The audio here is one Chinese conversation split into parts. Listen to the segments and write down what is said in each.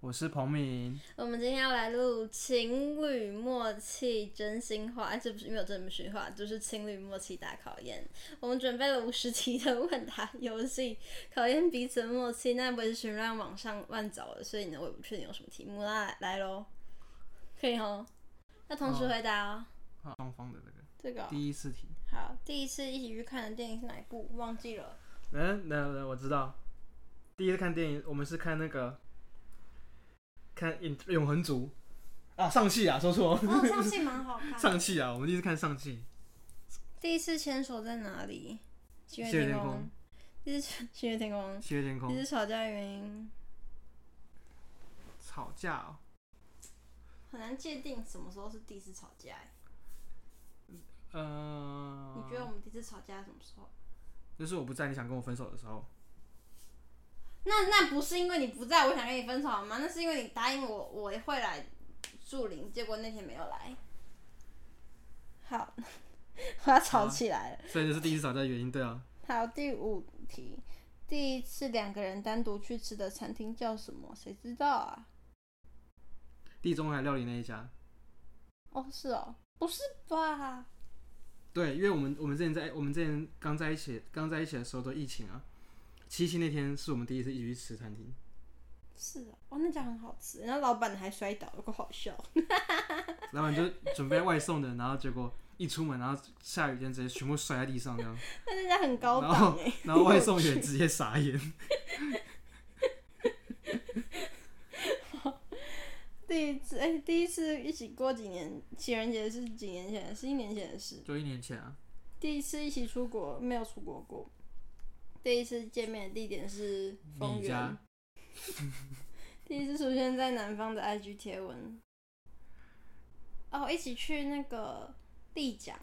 我是彭明。我们今天要来录情侣默契真心话，哎，这不是没有这么句话，就是情侣默契大考验。我们准备了五十题的问答游戏，考验彼此的默契。那微询让网上乱找了，所以呢，我也不确定有什么题目啦，来喽，可以哦。那同时好回答哦，好，双方的那个这个哦、第一次题。好，第一次一起去看的电影是哪一部？忘记了。嗯，那那我知道。第一次看电影，我们是看那个看永永恒族啊，上汽啊，说错， 哦，上戏蛮好看。上汽啊，我们第一次看上汽。第一次牵手在哪里？七月七月天天空空。第一次七月天空。七月天第一空次吵架的原因吵架、哦，很难界定什么时候是第一次吵架欸。呃，你觉得我们第一次吵架是什么时候？就是我不在，你想跟我分手的时候，那那不是因为你不在，我想跟你分手好吗？那是因为你答应我我会来助林，结果那天没有来。好， 我要吵起来了。所以这是第一次吵架的原因，对啊。好，第五题，第一次两个人单独去吃的餐厅叫什么？谁知道啊？地中海料理那一家，哦，是哦，不是吧？对，因为我们我们之前在我们之前刚在一起刚在一起的时候都疫情啊，七夕那天是我们第一次一起去吃餐厅，是哦，哦，那家很好吃，然后老板还摔倒，有个好笑。老板就准备外送的，然后结果一出门，然后下雨天直接全部摔在地上这样，那那家很高然后档哎，然后外送员直接傻眼。第一次哎、第一次一起过几年情人节是几年前，是一年前的事。 就一年前啊，第一次一起出国没有出国过，第一次见面的地点是丰你原家。 第一次出现在南方的 IG 贴文。哦，一起去那个丽江，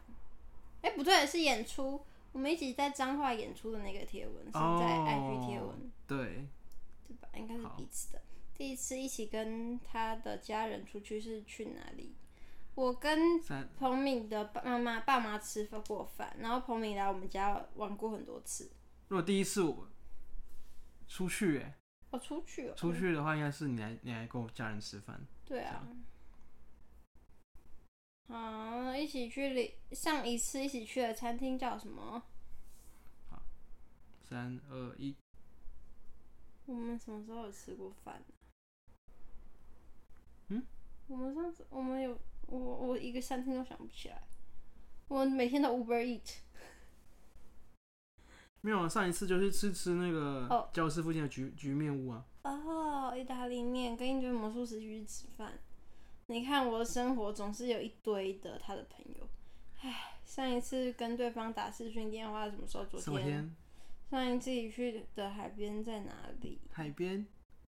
哎、不对，是演出，我们一起在彰化演出的那个贴文是在哦 IG 贴文，对，对吧？应该是好彼此的。第一次一起跟他的家人出去是去哪里？我跟三彭敏的爸妈妈爸妈吃过饭，然后彭敏来我们家玩过很多次。如果第一次我出去、欸，哦，出去哦，出去的话应该是你来你来跟我家人吃饭，对啊。啊，一起去里上一次一起去的餐厅叫什么？三二一，我们什么时候有吃过饭、啊嗯，我们上次我们有我我一个餐厅都想不起来，我每天都 Uber Eat。没有啊，上一次就是吃吃那哦个教室附近的局局面屋啊，哦，意大利面跟一堆魔术师去吃饭。你看我的生活总是有一堆的他的朋友。唉，上一次跟对方打视讯电话是什么时候？昨什么天上一次一起去的海边在哪里？海边，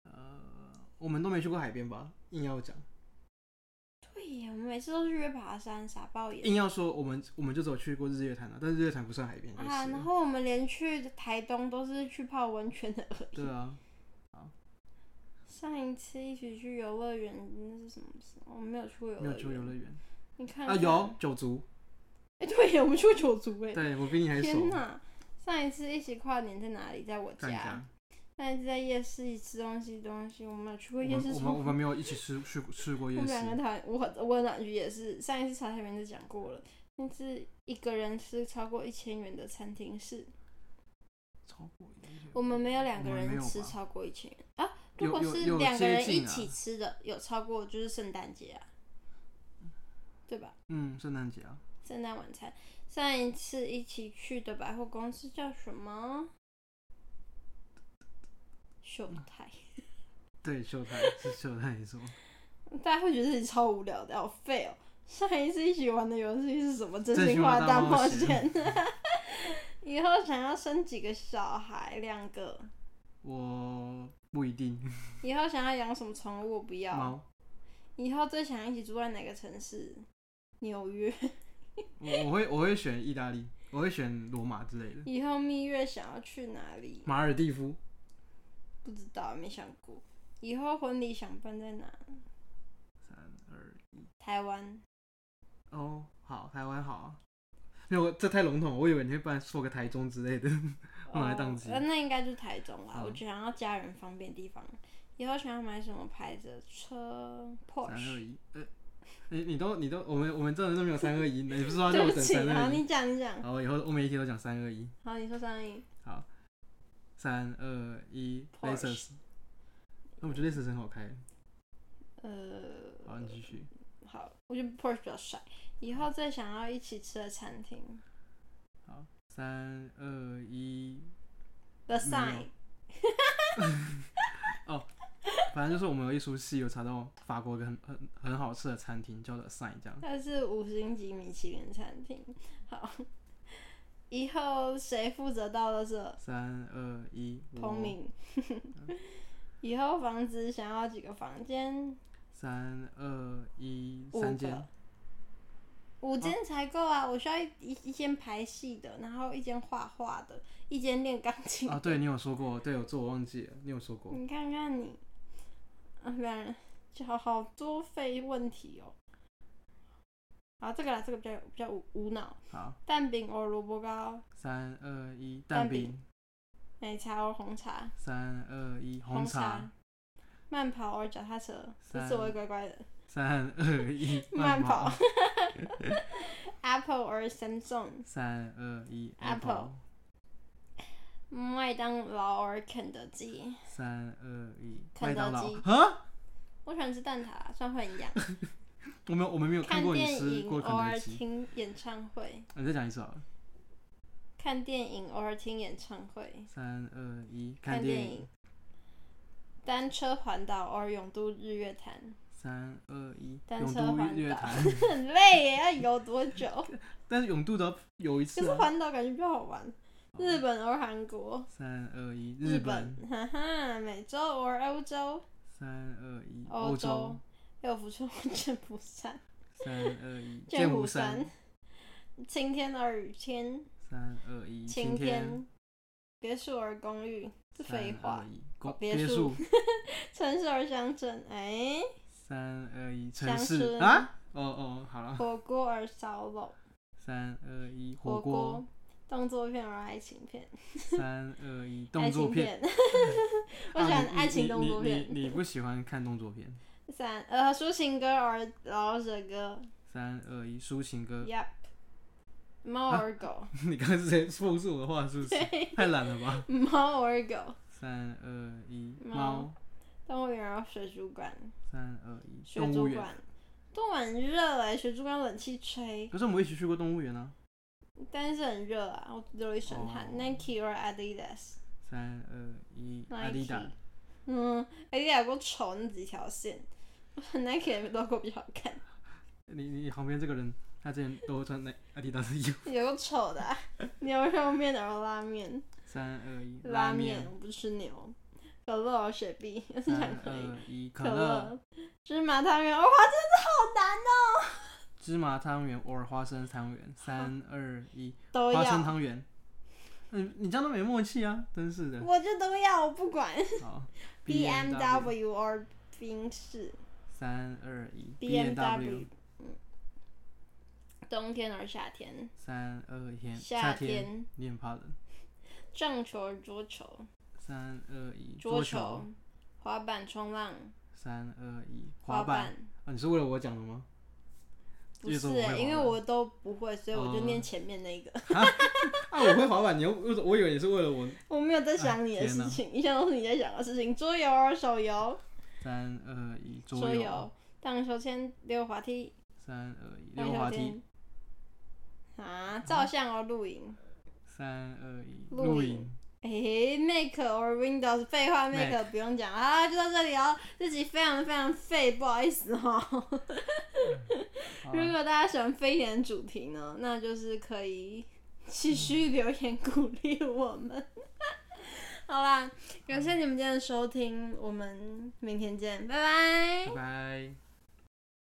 呃，我们都没去过海边吧？硬要讲，对呀，我们每次都是约爬山，傻爆眼。硬要说我们我们就只有去过日月潭啊了、但是日月潭不算海边，就是、啊，然后我们连去台东都是去泡温泉的 而已。对啊，上一次一起去游乐园那是什么时候？我们没有去过游没有乐去过游乐园。园你看啊，看有九族。哎、对呀，我们去过九族哎。对我比你还熟天。哪！上一次一起跨年在哪里？在我看一下家。，上一次在夜市里吃东西，东西我们有去我过夜们市我吃们我们没有一起吃去吃过我夜们市，两个讨厌，我很我很想去夜市。上一次茶太园就讲过了，但是一个人吃超过一千元的餐厅是，超过一点我们没有两个我们没人有吃吧超过一千元啊。有如果有是有两个接人近一啊起吃的，有超过就是圣诞节啊，对吧？嗯，圣诞节啊，圣诞晚餐，上一次一起去的百货公司叫什么？秀泰，对，秀泰是秀泰没错。大家会觉得自己超无聊的，好废哦。上一次一起玩的游戏是什么？真真心心话话大大冒冒险。 以后想要生几个小孩？两个。 我不一定以后想要养什么宠物？我不要。猫，以后最想一起住在哪个城市？纽约。我我会我会选意大利，我会选罗马之类的，以后蜜月想要去哪里？马尔蒂夫。不知道，没想过。以后婚礼想办在哪？三二台湾。哦，好，台湾好啊。没有，这太笼统了，我以为你会不然说个台 中之类的。拿来当哦机呃那应该就是台中啦。嗯我觉得想要家人方便的地方，以后想要买什么牌子的车三二？Porsche。一，呃，你你都你都，我们我们真的都没有三 二一，你不是说要对让不我等起，三好，二一？你讲你讲。好，我以后我每一题都讲三二一，好，你说三二一。好，三二一 l a Porsche s e r s 那我觉得 l a s e r s 很好开，呃，好，你继续。好，我觉得 Porsche 比较帅。以后最想要一起吃的餐厅好，三二一， ，The 没有 Sign。 反正就是我们有一出戏有查到法国一个很很很好吃的餐厅，叫做 Sign 这样。它是五星级米其林餐厅。好，以后谁负责到了这？三二一，我彭。明。 以后房子想要几个房间？三二一，五三个间。哦五间才够啊！我需要一一一间排戏的，然后一间画画的，一间练钢琴。啊，对你有说过，对我做我忘记了，你有说过。你看看你，啊，不然就好好多费问题哦。好，这个啦，这个比较比较无无脑。好，蛋饼哦，萝卜糕，三二一，蛋蛋饼饼。奶茶哦，红茶，三二一，红红茶。慢跑哦，脚踏车，这三次我会乖乖的。三二一，慢跑 跑。 Apple or Samsung，三二一 Apple ，Apple。麦当劳 or 肯德基。三二一，肯麦当德劳基。啊，我喜欢吃蛋挞，啊虽然会很痒。我们我们没有看看过你电吃影过肯德 or 基。听演唱会，啊你再讲一次好了。看电影 or 听演唱会，三二一，看看电电影影。单车环岛 or 永渡日月潭。三二一，单永车渡环日月岛潭。很累耶，要游多久？ 但是永渡的有一可次是啊。环岛感觉比较好玩。日本 or 韩国，三二一，日日本。，哈哈，美洲 or 欧洲，三二一，欧欧洲洲。被我浮出剑湖山，三 二一，剑剑湖湖山山。，晴天 or 雨天，三二一，晴晴。天，别墅 or 公寓，这废话321，公别别墅墅。城市 or 乡镇，哎，三二一，城乡市村啊！哦哦，好了。 火锅 or 烧肉，三二一，火火锅。锅，动作片 or 爱情片，三 二一，爱动作情片。 片，我喜欢啊你爱情你动作你片你。你不喜欢看动作片？三呃，抒情歌 or 老者歌三二一，抒情歌。 ，Yep，猫 or 狗，你刚才是在复述我的话，是不是？太懒了吧！猫 or 狗，三二一，猫猫。动物园 or 水族馆，三二一，水动族物园。馆，动物园很热哎、水族馆冷气吹，可是我们一起去过动物园啊。但是很热啊，我流了一身汗。哦 Nike or Adidas，三二一， Nike 阿迪达。嗯，Adidas 有够丑那几条线 ，Nike 的 logo 比较好看，你你旁边这个人，他之前都穿那阿迪达斯衣服。有够丑的、 啊。牛肉面 or 拉面，三二一，拉拉面面。我不吃牛，可乐 or 雪碧，想三可以。 二一，嗯可可乐。乐、芝麻汤圆，哇，真的好难哦！芝麻汤圆或花生汤圆，三二一，都花生要，汤圆。你你这样都没默契啊，真 是的。我就都要，我不管。好 B M W or 冰室三二一 B M W W，冬天 or 夏天，三二一，夏夏天，天你很怕冷。撞球 or 桌球，三二一，桌桌球，滑板冲浪，三二一，滑滑板。啊，你是为了我讲的吗？不越是说不会欸、滑因为板我都不会，所以我就哦念前面那个。啊，我会滑板，你又为什么我以为你是为了我。我没有在哎想你的天事哪情，一向都是你在想的事情。桌游 or 手游，三二一，桌桌游，荡秋千，溜滑梯，三二一，荡溜秋滑梯。千。啊，照相 or 录影。三二一，露露营营。诶、m a c 和 or Windows，废话 Mac ，Mac 不用讲了啊，就到这里哦。这集非常非常废，不好意思哈、哦。好如啊果大家喜欢飞田主题呢，那就是可以继续留言鼓励我们。 好啦，感谢你们今天的收听，我们明天见，拜拜拜拜。